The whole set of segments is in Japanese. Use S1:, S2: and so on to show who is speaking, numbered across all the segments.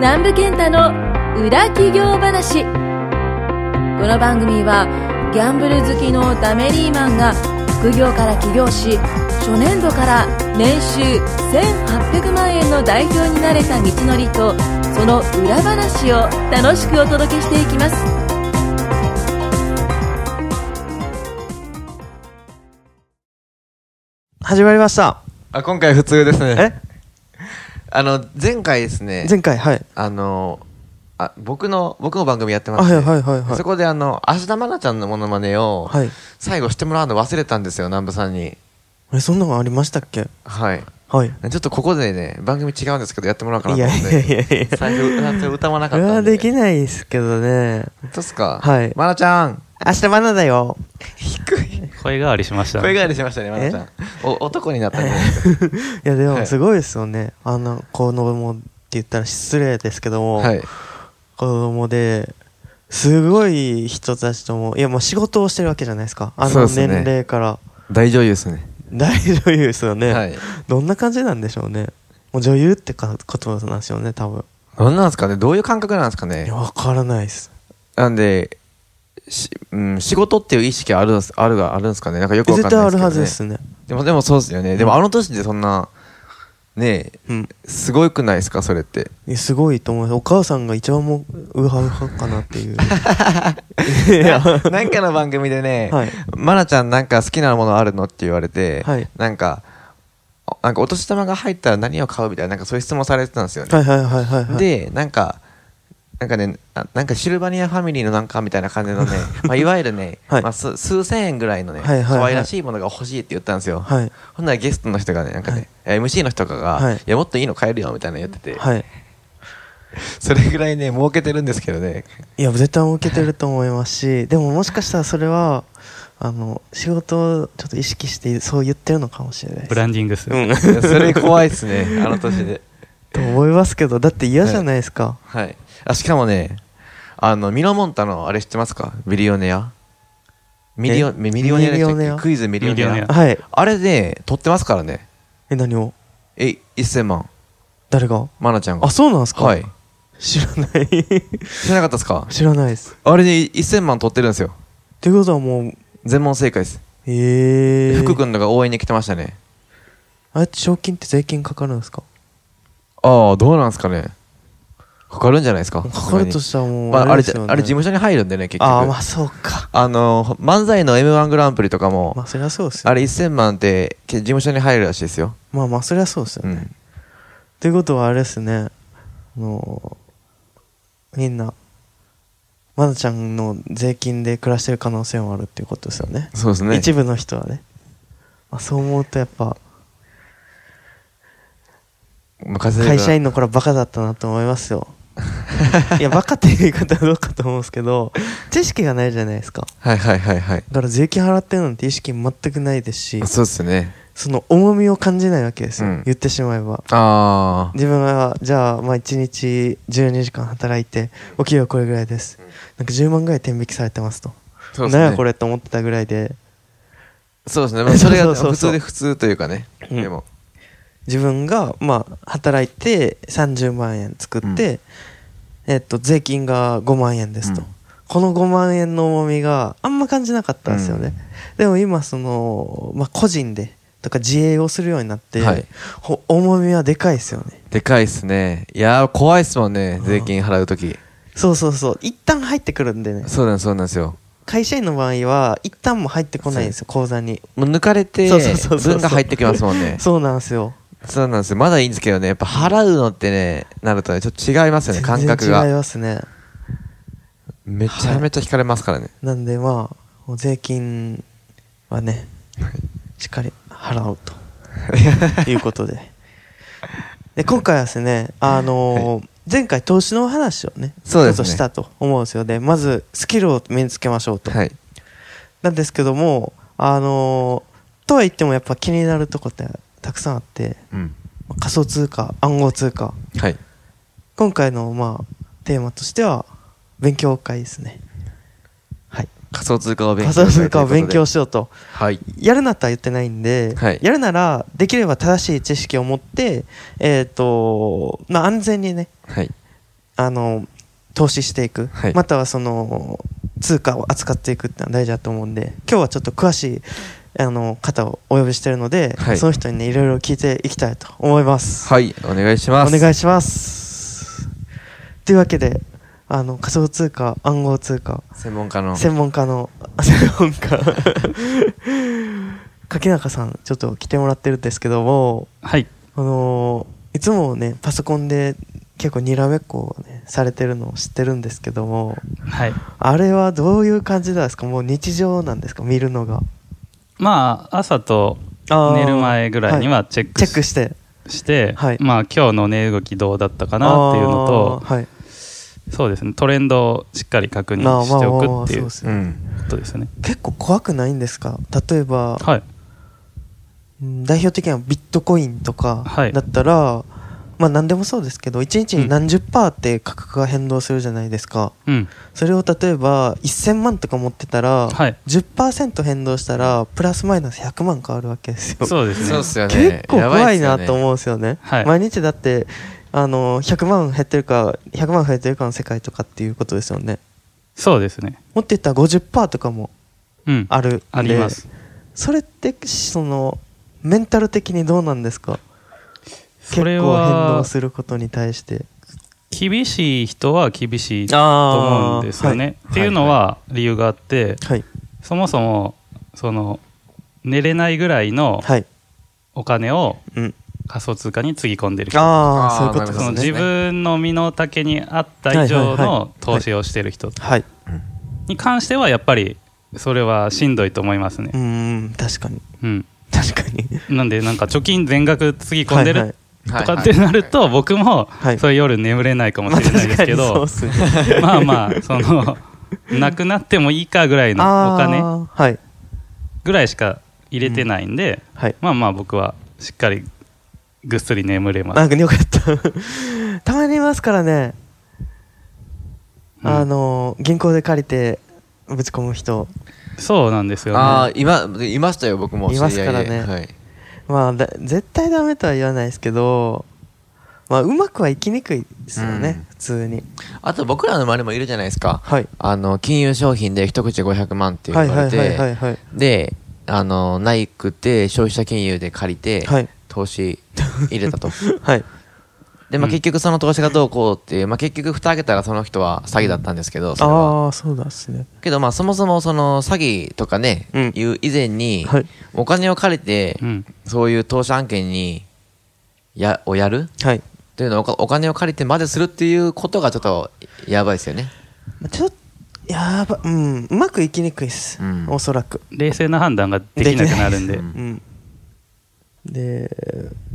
S1: 南部健太の裏企業話この番組はギャンブル好きのダメリーマンが副業から起業し初年度から年収1800万円の代表になれた道のりとその裏話を楽しくお届けしていきます
S2: 始まりました
S3: あ今回普通ですね
S2: え
S3: あの前回ですね
S2: 前回はい
S3: あのあ僕の僕の番組やって
S2: あ
S3: ま
S2: は
S3: す、
S2: いはいはいはい
S3: そこであの芦田愛菜ちゃんのモノマネを
S2: はい
S3: 最後してもらうの忘れたんですよ南部さんに
S2: えそんなのありましたっけ
S3: はい
S2: はいい
S3: ちょっとここでね番組違うんですけどやってもらおうかなと
S2: や
S3: 思っ
S2: いやい
S3: て
S2: やいや
S3: 最初歌歌わな
S2: そ
S3: か
S2: れ
S3: った
S2: は
S3: んで
S2: できないですけどね
S3: 本当っすか
S2: はい
S3: 愛菜ちゃん
S2: 明日バナだよ
S3: 低 い
S4: 声変わりしました
S3: 声
S4: ね
S3: 変わりしましたね愛菜ちゃんお男になったね
S2: いやでも
S3: はい
S2: すごいですよね、あの子供って言ったら失礼ですけども、
S3: はい
S2: 子供ですごい人たちともいやもう仕事をしてるわけじゃないですかあ
S3: そう
S2: の
S3: ですね
S2: 年齢から、
S3: 大女優ですね
S2: 大女優ですよね、
S3: はい
S2: どんな感じなんでしょうねもう女優ってかことなんですよね多分
S3: どんなんですかねどういう感覚なんですかね
S2: いやわからないです
S3: なんで、しうん、仕事っていう意識はあるんすあるがあるんですかね、なんかよくわか
S2: 絶
S3: ん
S2: 対
S3: ない
S2: あ
S3: ですけど、ね、
S2: るはずですね
S3: でも、でもそうですよね、でもあの年でそんな、ねえ、
S2: うん
S3: すごくないですか、それって。
S2: いやすごいと思いますお母さんが一番もうウハウハかなって いう
S3: なんかの番組でね、
S2: はい
S3: マナちゃん、なんか好きなものあるのって言われて、
S2: はい
S3: なんか、おなんかお年玉が入ったら何を買うみたいな、なんかそういう質問されてたんですよね。
S2: はいはいはいはいはい
S3: で、なんか、なんかね、あなんかシルバニアファミリーのなんかみたいな感 じのね、まあ、いわゆるね、
S2: はい
S3: まあ、数数千円ぐらいのね、
S2: はいはいはい
S3: 可愛らしいものが欲しいって言ったんですよ。
S2: はい
S3: ほんならゲストの人がね、なんかね、えー MC の人とかが、
S2: はい
S3: い、や、もっといいの買えるよみたいなの言ってて、
S2: はい
S3: それぐらいね、儲けてるんですけ どね。
S2: いや絶対受けてると思いますしでももしかしたらそれはあの仕事をちょっと意識してそう言ってるのかもしれないです
S4: ブランディングする、
S2: うん
S3: いやそれ怖いっすね、あの年で。
S2: と思いますけどだって嫌じゃないですか、
S3: はい。あ、しかもね、あの、ミノモンタのあれ知ってますかミリオネアミリオ、
S2: え
S3: ミリオネアでしたっ
S2: ミリオ
S3: け
S2: ネア
S3: クイズミリオネ
S4: ミリオネ
S3: ア
S4: ア。
S2: はい、
S3: あれで、取ってますからね。
S2: え何を
S3: え、1000万。
S2: 誰が
S3: マナちゃんが。
S2: あそうなんですか、
S3: はい。
S2: 知らない
S3: 知らなかったですか
S2: 知らないです
S3: あれで1000万取ってるんですよ。
S2: ってことはもう
S3: 全問正解です。
S2: ええー、
S3: 福君のが応援に来てましたね。
S2: あれって賞金って税金かかるんですか
S3: ああ、どうなんですかね。かかるんじゃないですか。
S2: かかると
S3: さ
S2: したら
S3: す
S2: もう
S3: がにまあ、あ
S2: あれ
S3: れ
S2: で
S3: じ
S2: すよ、
S3: ゃ
S2: ね、
S3: あれ事務所に入るんでね、結局。
S2: あ
S3: あ
S2: あまあそうか
S3: の、漫才の M1 グランプリとかも、
S2: まあそりゃそうですよ
S3: あれ1000万ってけ事務所に入るらしいですよ。
S2: まあまあそりゃそうですよ
S3: う
S2: ね、
S3: ん。
S2: ということはあれですねあのみんなまなちゃんの税金で暮らしてる可能性もあるっていうことですよね
S3: そうですね。
S2: 一部の人はね、まあ、そう思うとやっぱ
S3: まあ稼いだ
S2: 会社員の頃はバカだったなと思います よいやバカっていう言い方はどうかと思うんですけど知識がないじゃないですか
S3: はいはいはいはい。
S2: だから税金払ってるなんて意識全くないですし
S3: そうですね。
S2: その重みを感じないわけですよ、
S3: うん
S2: 言ってしまえば
S3: ああ。
S2: 自分はじゃあまあ1日12時間働いてお給料これぐらいですなんか10万ぐらい転引きされてますと
S3: そうです
S2: 何
S3: ね。
S2: やこれと思ってたぐらいで
S3: そうですね。まあそれ
S2: そ
S3: が
S2: うそうそう
S3: 普通で普通というかね。
S2: うん
S3: でも。
S2: 自分がまあ働いて30万円作って、えっと税金が5万円ですと、
S3: うん
S2: この5万円の重みがあんま感じなかったんですよね、でも今その、まあ、個人でとか自営をするようになって、
S3: はい
S2: ほ重みはでかいですよね
S3: でかいっすね。いやー、怖いっすもんね。税金払うとき。
S2: そうそうそう一旦入ってくるんでね
S3: そうなんです、そうなんですよ。
S2: 会社員の場合は一旦も入ってこないんですよ口座に
S3: もう抜かれて、
S2: そうそうそうそう
S3: 分が入ってきますもんね。
S2: そうなんですよ
S3: そうなんですよ。まだいいんですけどね、やっぱ払うのってね、なるとね、ちょっと違いますよね、感覚
S2: 全然違い
S3: が。
S2: ますね
S3: めちゃめちゃ惹かれますからね。
S2: なんでまあもう税金はねしっかり払おうということで で今回はですねあのー前回投資のお話をね
S3: そうです
S2: ちょっと
S3: ね
S2: したと思うんですよねまずスキルを身につけましょうと、
S3: はい。
S2: なんですけどもあのーとは言ってもやっぱ気になるとこってたくさんあって
S3: うん。
S2: まあ仮想通貨暗号通貨
S3: はい。
S2: 今回のまあテーマとしては勉強会ですねはい
S3: 仮想通貨を勉強
S2: 仮
S3: する
S2: 想通貨を勉強
S3: し
S2: しようと
S3: はい。
S2: やるなとは言ってないんで、
S3: はい
S2: やるならできれば正しい知識を持ってえっ、とまあ安全にね
S3: はい。
S2: あの投資していく、
S3: はい
S2: またはその通貨を扱っていくってのは大事だと思うんで今日はちょっと詳しいあの方をお呼びしてるので、
S3: はい
S2: その人にねいろいろ聞いていきたいと思います、
S3: はい、お願いします。
S2: お願いしますというわけであの仮想通貨暗号通貨
S3: 専門家の。
S2: 専門家のあ専門家 柿中さんちょっと来てもらってるんですけども
S4: はい。
S2: あのーいつもねパソコンで結構にらめっこをねされてるのを知ってるんですけども
S4: はい。
S2: あれはどういう感じなんですかもう日常なんですか見るのが
S4: まあ、朝と
S2: あー
S4: 寝る前ぐらいにはチェック
S2: チェ
S4: し,、
S2: ックして
S4: て、
S2: はい
S4: まあ、今日の値動きどうだったかなっていうのと、
S2: あーはい
S4: そうですね、トレンドをしっかり確認
S2: まあまあ
S4: して
S2: ま
S4: お
S2: あま
S4: く
S2: あ
S4: ってい
S2: そうで
S4: うこ
S2: す
S3: う
S2: ね
S3: ん。
S4: とですね。
S2: 結構怖くないんですか例えば、
S4: はい。
S2: うん代表的にはビットコインとか
S4: はい
S2: だったら、まあ何でもそうですけど1日に何十パーって価格が変動するじゃないですか、
S4: うん。
S2: それを例えば1000万とか持ってたら、
S4: はい
S2: 10%変動したらプラスマイナス100万変わるわけですよ。
S4: そうです
S3: そう
S4: ね
S3: っ。すよね。
S2: 結構
S3: やば
S2: 怖
S3: っ
S2: い
S3: すよ
S2: な
S3: ね
S2: と思うんですよね。
S4: はい
S2: 毎日だってあの100万減ってるか100万増えてるかの世界とかっていうことですよね。
S4: そうですね。
S2: 持ってたら50%とかも
S4: うん。
S2: あるんで
S4: あります。
S2: それってそのメンタル的にどうなんですか結
S4: そ
S2: 構
S4: れ
S2: 変
S4: は
S2: 動することに対して。
S4: 厳しい人は厳しいと思
S2: あー
S4: うんですよね。
S3: はい
S4: っていうのは理由があって、
S2: はい。
S4: そもそも、その、寝れないぐらいの
S2: はい。
S4: お金を
S2: うん。
S4: 仮想通貨につぎ込んでる人
S2: ああ、
S3: あー
S2: そういうこ
S3: なる
S2: とで
S3: ほど
S4: その
S2: すね。
S4: 自分の身の丈に合った以上
S2: はいはいはい
S4: の投資をしてる人
S2: はい。
S4: に関してはやっぱりそれはしんどいと思います
S2: う
S4: ね。
S2: ーん、確かに。
S4: うん、
S2: 確かに。
S4: なんでなんか貯金全額つぎ込んで
S2: はいは
S4: る
S2: い
S4: とかってなると僕も
S2: はい
S4: それ夜眠れないかもしれないですけ
S2: まあ
S4: ど
S2: 確かに そうっすね
S4: まあまあそのなくなってもいいかぐらいのお金
S2: あーはい
S4: ぐらいしか入れてないんで
S2: はい
S4: まあまあ僕はしっかりぐっすり眠れま
S2: な
S4: す。
S2: んかよかった たまにいますからね、
S4: うん
S2: あの銀行で借りてぶち込む人
S4: そうなんですよ
S3: ああ
S4: ね。
S3: ー、今、いましたよ、僕も。
S2: いますからね
S3: 知り合いではい。
S2: まあだ絶対ダメとは言わないですけどまあうまくはいきにくいですよね、
S3: うん
S2: 普通に
S3: あと僕らの周りもいるじゃないですか。
S2: はい
S3: あの、金融商品で一口500万って言
S2: はい
S3: わ
S2: はい
S3: れ
S2: はいはい
S3: て、
S2: はい
S3: で、あの、ないくて消費者金融で借りて、
S2: はい
S3: 投資入れ た と。
S2: はい
S3: で、まあ、
S4: うん
S3: 結局その投資がどうこうっていう、まあ、結局蓋開けたらその人は詐欺だったんですけど、それは。
S2: ああそうだっすね
S3: けど、まあ、そもそもその詐欺とかね、
S2: うん
S3: いう以前に、
S2: はい
S3: お金を借りて、
S4: うん
S3: そういう投資案件に、や、をやる
S2: はい
S3: というのはおかお金を借りてまでするっていうことがちょっとやばいですよね。
S2: まあちょっとやばうんうまくいきにくいっす、
S3: うん
S2: おそらく
S4: 冷静な判断ができなくなるんで
S3: できな。い
S2: うん、で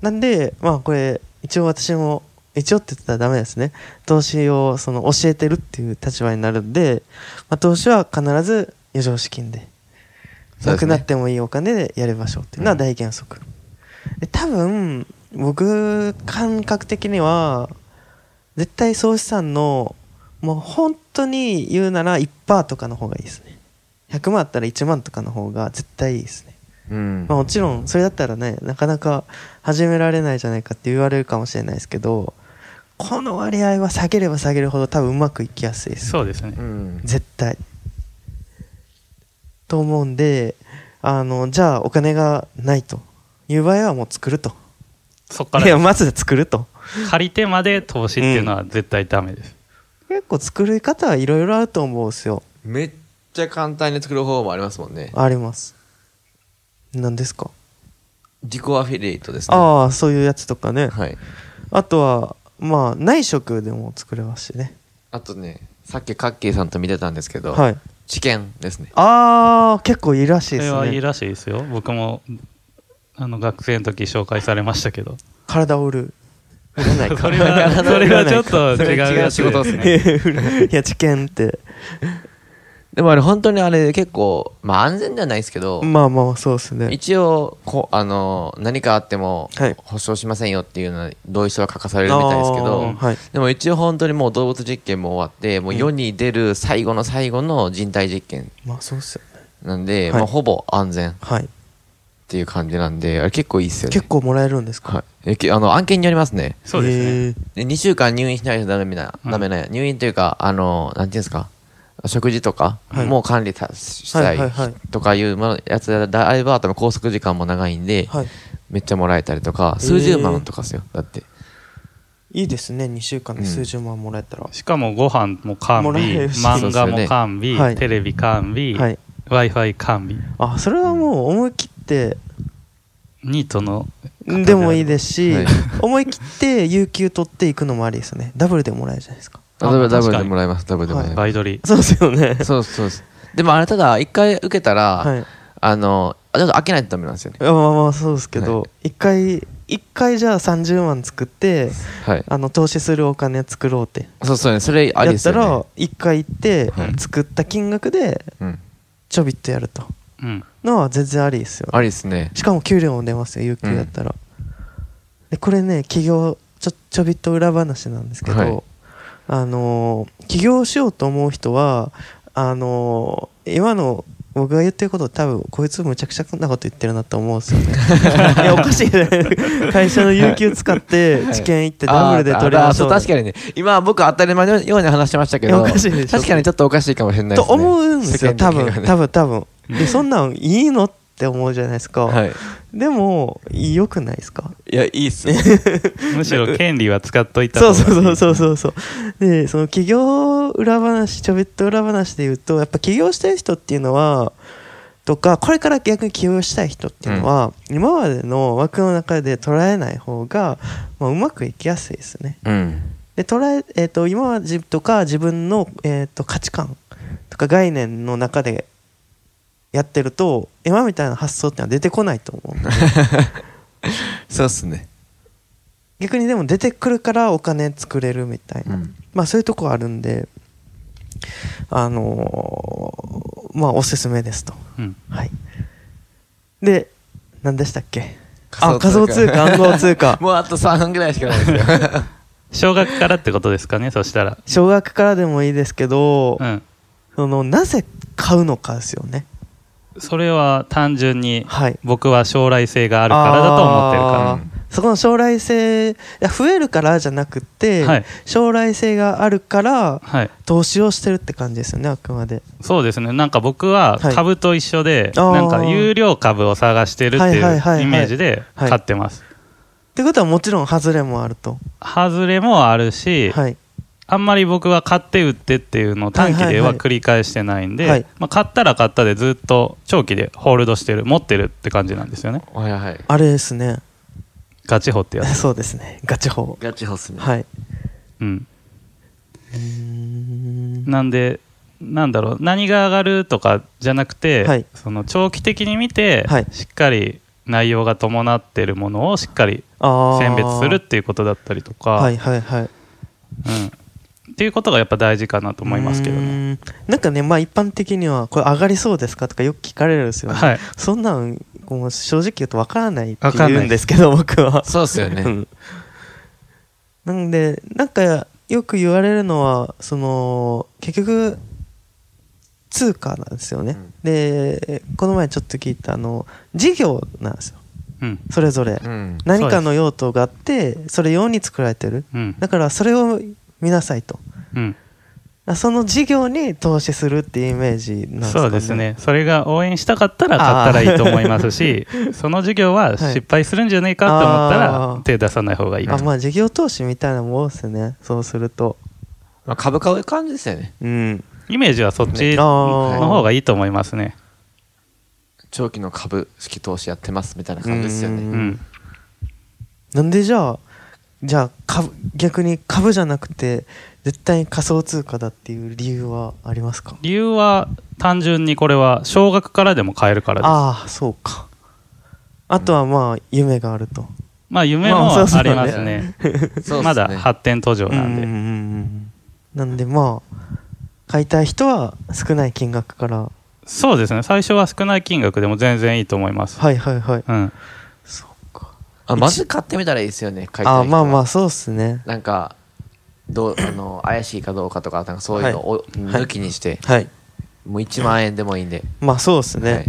S2: なんでまあこれ一応私も一応って言ったらダメですね投資をその教えてるっていう立場になるんで、まあ、投資は必ず余剰資金で
S3: そう
S2: な
S3: で
S2: く
S3: すね
S2: なってもいいお金でやりましょうっていうのは大原則、で多分僕感覚的には絶対総資産のもう本当に言うなら1%とかの方がいいですね100万あったら1万とかの方が絶対いいですね
S3: うん
S2: まあ、もちろんそれだったらねなかなか始められないじゃないかって言われるかもしれないですけどこの割合は下げれば下げるほど多分うまくいきやすいです
S4: そうですね
S3: う。ん。
S2: 絶対と思うんであのじゃあお金がないという場合はもう作ると
S4: そこか
S2: いや
S4: ら
S2: まず作ると
S4: 借りてまで投資っていうのは絶対ダメです。
S2: 結構作り方はいろいろあると思うんですよ
S3: めっちゃ簡単に作る方法もありますもんね。
S2: あります何ですか
S3: 自己アフィリエイトですね。
S2: ああそういうやつとかね
S3: はい。
S2: あとはまあ内職でも作れますしね
S3: あとね、さっきカッキーさんと見てたんですけど、
S2: はい
S3: 知見ですね。
S2: ああ結構いいらしい
S4: そ
S2: で
S4: れ
S2: す
S4: はいい
S2: ね
S4: らしいですよ。僕もあの学生の時紹介されましたけど。
S2: 体を売る
S4: それはそれはちょっと違うやつ
S3: それは違う仕事ですね
S2: いや知見って
S3: でもあれ本当にあれ結構、まあ安全じゃないですけど、
S2: まあまあそうですね
S3: 一応こうあの何かあっても
S2: はい
S3: 保証しませんよっていうのは同意書は書かされるみたいですけ
S2: あ
S3: ど
S2: ー、はい
S3: でも一応本当にもう動物実験も終わってもう
S2: うん
S3: 世に出る最後の最後の人体実験
S2: まあそうっすよね
S3: なんで、
S2: はい
S3: まあ、ほぼ安全っ
S2: はい
S3: っていう感じなんで、あれ結構いいっすよね。
S2: 結構もらえるんですか
S3: はいえけ。あの、案件によりますね。
S4: そうですね。
S2: ね。
S3: で2週間入院しないとダメな、
S4: うん
S3: ダメな、入院というか、あの、なんていうんですか、食事とか、
S2: はい
S3: もう管理たしたい
S2: はいはいはい
S3: とかいうものやつだだいぶあと拘束時間も長いんで、
S2: はい。
S3: めっちゃもらえたりとか、数十万とかっすよ、だって。
S2: いいですね、2週間で数十万もらえたら。
S4: しかもご飯も完
S2: もらえ
S4: 備、
S2: るし
S4: 漫画
S2: そ
S4: も完備、
S2: うですよねはい
S4: テレビ完備、
S2: はい。
S4: Wi-Fi 完備。
S2: あ、それはもう思い切って、
S4: ニートの、
S2: でもいいですし、
S3: はい
S2: 思い切って有給取っていくのもありですよね。ダブルでもらえるじゃないですか。
S3: ダブル、
S4: あ
S3: ダブル
S4: 確か
S3: で
S4: に
S3: もらえます、ダブルでもらえま
S4: バイドリ。
S2: そうですよね
S3: す。。そうですそうです。でもあれ、ただ、一回受けたら、
S2: はい。
S3: あの、あちょっと飽きないとダメなんですよね。
S2: まあまあそうですけど、
S3: は
S2: 一回、一回じゃあ30万作って、
S3: はい。
S2: あの、投資するお金作ろうって。
S3: そうそうね、それあり
S2: や
S3: で
S2: っ
S3: す
S2: た
S3: よね。
S2: ら、一回行って
S3: はい、
S2: 作った金額で、
S3: うん。
S2: ちょびっとやると。
S4: うん。
S2: のは全然ありですよね。
S3: ありですね。
S2: しかも給料も出ますよ有給だったら、でこれね起業ちょちょびっと裏話なんですけど、
S3: はい
S2: あのー起業しようと思う人はあのー今の僕が言ってること多分こいつむちゃくちゃこんなこと言ってるなと思うんですよ ねいやおかしいよね会社の有給使って
S3: はい
S2: 治験行ってダブルで取れ
S3: あー
S2: ま
S3: あー
S2: しょ
S3: そうう確かにね今僕当たり前のように話してましたけ
S2: いや
S3: ど
S2: おかしいでしょ
S3: 確かにちょっとおかしいかもしれない
S2: と
S3: です、ね、
S2: 思うんですよ
S3: 世
S2: 多
S3: 間的に
S2: 分
S3: はね
S2: 多分多分でそんなんいいのって思うじゃないですか、
S3: はい
S2: でも良くないですか
S3: いやいいっすね
S4: むしろ権利は使っといた
S2: そ
S4: 方
S2: う
S4: がいい
S2: そうそうそうそうそうでその起業裏話ちょびっと裏話で言うとやっぱ起業したい人っていうのはとかこれから逆に起業したい人っていうのは、今までの枠の中で捉えない方が、まあ、うまくいきやすいですね
S3: うん
S2: で捉え、えー、と今までとか自分の、えー、と価値観とか概念の中でやってると今みたいな発想っていうのは出てこないと思うんで
S3: そうっすね
S2: 逆にでも出てくるからお金作れるみたいな、
S3: うん
S2: まあそういうとこあるんであのーまあおすすめですと
S4: うん。
S2: はいで何でしたっけあ仮
S3: 仮
S2: 想
S3: 想
S2: 通
S3: 通
S2: 貨
S3: 貨
S2: 暗号通貨
S3: もうあと3分ぐらいしかない ですよ
S4: 小学からってことですかね、そしたら。
S2: 小学からでもいいですけど、
S4: うん。
S2: そのなぜ買うのかですよね
S4: それは単純に、
S2: はい
S4: 僕は将来性があるからだと思ってる
S2: あ
S4: か
S2: ーそこの将来性いや増えるからじゃなくて、
S4: はい
S2: 将来性があるから
S4: ら。はい。
S2: 投資をしてるって感じですよねあくまで
S4: そうですね。なんか僕は
S2: はい
S4: 株と一緒で、
S2: あー
S4: なんか有料株を探してるって
S2: はいいはいはいは
S4: う
S2: い
S4: イメージで
S2: はい
S4: 買ってます。
S2: ってことはもちろん外れもあると。
S4: 外れもあるし、
S2: はい。
S4: あんまり僕は買って売ってっていうのを短期
S2: はいはい
S4: で
S2: は
S4: はい繰り返してないんで、
S2: はい
S4: まあ、買ったら買ったでずっと長期でホールドしてる持ってるって感じなんですよね
S3: はいはい
S2: あれですね。
S4: ガチホってやつ、
S2: そうですね。ガチ法。
S3: ガチホスね
S2: はい。
S4: うん、
S2: うーん
S4: なんでなんだろう何が上がるとかじゃなくて、
S2: はい
S4: その長期的に見て、
S2: はい
S4: しっかり内容が伴ってるものをしっかり
S2: あー
S4: 選別するっていうことだったりとか、
S2: はいはいはい。
S4: うん、っていうことがやっぱ大事かなと思いますけどね、
S2: うーん。なんかね、まあ一般的には、これ上がりそうですかとかよく聞かれるんですよね。
S4: はい、
S2: そんなん、もう正直言うとわからないって
S4: わかん
S2: 言
S4: な
S2: う
S4: い
S2: んですけど、僕は。
S3: そうっすよね、
S2: うんなんで、なんかよく言われるのは、その、結局、通貨なんですよね。
S3: うん
S2: で、この前ちょっと聞いた、あの、事業なんですよ。
S4: うん
S2: それぞれ。
S3: うん
S2: 何かの用途があって、それ用に作られてる。
S4: うん
S2: だから、それを見なさいと。
S4: うん
S2: あその事業に投資するっていうイメージなんですかね。
S4: そうです。ねそれが応援したかったら買ったらいいと思いますし その授業は失敗するんじゃないかと思った
S2: あー
S4: ら手出さない方がいい
S2: あまあ、事業投資みたいなもんですね。そうすると。
S3: まあ、株買う感じですよね
S2: うん。
S4: イメージはそっち
S2: ねあー
S4: の方がいいと思いますね
S3: 長期の株式投資やってますみたいな感じですよ
S2: う
S3: ね
S2: ん
S4: うん
S2: なんでじゃあ、じゃあ株、逆に株じゃなくて、絶対に仮想通貨だっていう理由はありますか
S4: 理由は単純にこれは少額からでも買えるからです
S2: ああ、そうか。あとはまあ、夢があると。
S4: まあ夢も
S2: まあそうそう
S4: ありますね
S3: そうっすね
S4: まだ発展途上なん
S2: うん
S4: で
S2: うんうんうんなんでまあ買いたい人は少ない金額から
S4: そうですね最初は少ない金額でも全然いいと思います
S2: はいはいはい
S4: うん
S2: そうか
S3: あまず買ってみたらいいですよね買いたい人は
S2: あまあまあそうっすね
S3: なんかどうあの怪しいかどうかとかなんかそういうのを抜きにして、
S2: はい
S3: もう1万円でもいいんで、
S2: まあそうっすね、
S3: はい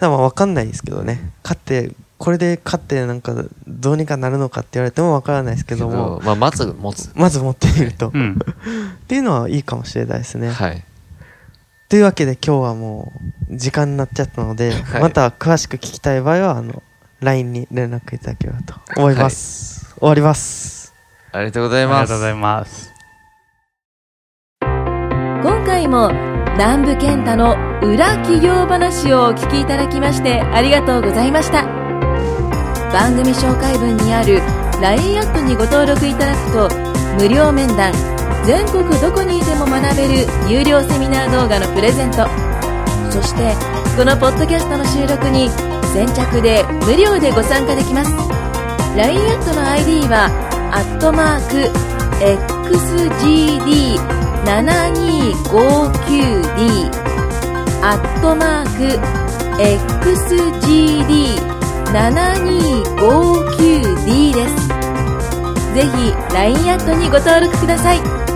S2: でも分かんないですけどね勝ってこれで勝ってなんかどうにかなるのかって言われても分からないですけども
S3: まあ、まず持つ。
S2: まず持ってみる と、
S4: うん。
S2: っていうのはいいかもしれないですね、
S3: はい。
S2: というわけで今日はもう時間になっちゃったので、
S3: はい
S2: また詳しく聞きたい場合はあの LINE に連絡いただければと思います、終わります
S3: ありがとうござ
S4: あ
S3: い
S4: りが
S3: ま
S4: とうご
S3: す
S4: ざ。います。
S1: 今回も南部健太の裏企業話をお聞きいただきましてありがとうございました番組紹介文にある LINE アップにご登録いただくと無料面談全国どこにいても学べる有料セミナー動画のプレゼントそしてこのポッドキャストの収録に先着で無料でご参加できます LINE アットの ID はアットマーク XGD 7259D アットマーク XGD7259D ですぜひ LINE アットにご登録ください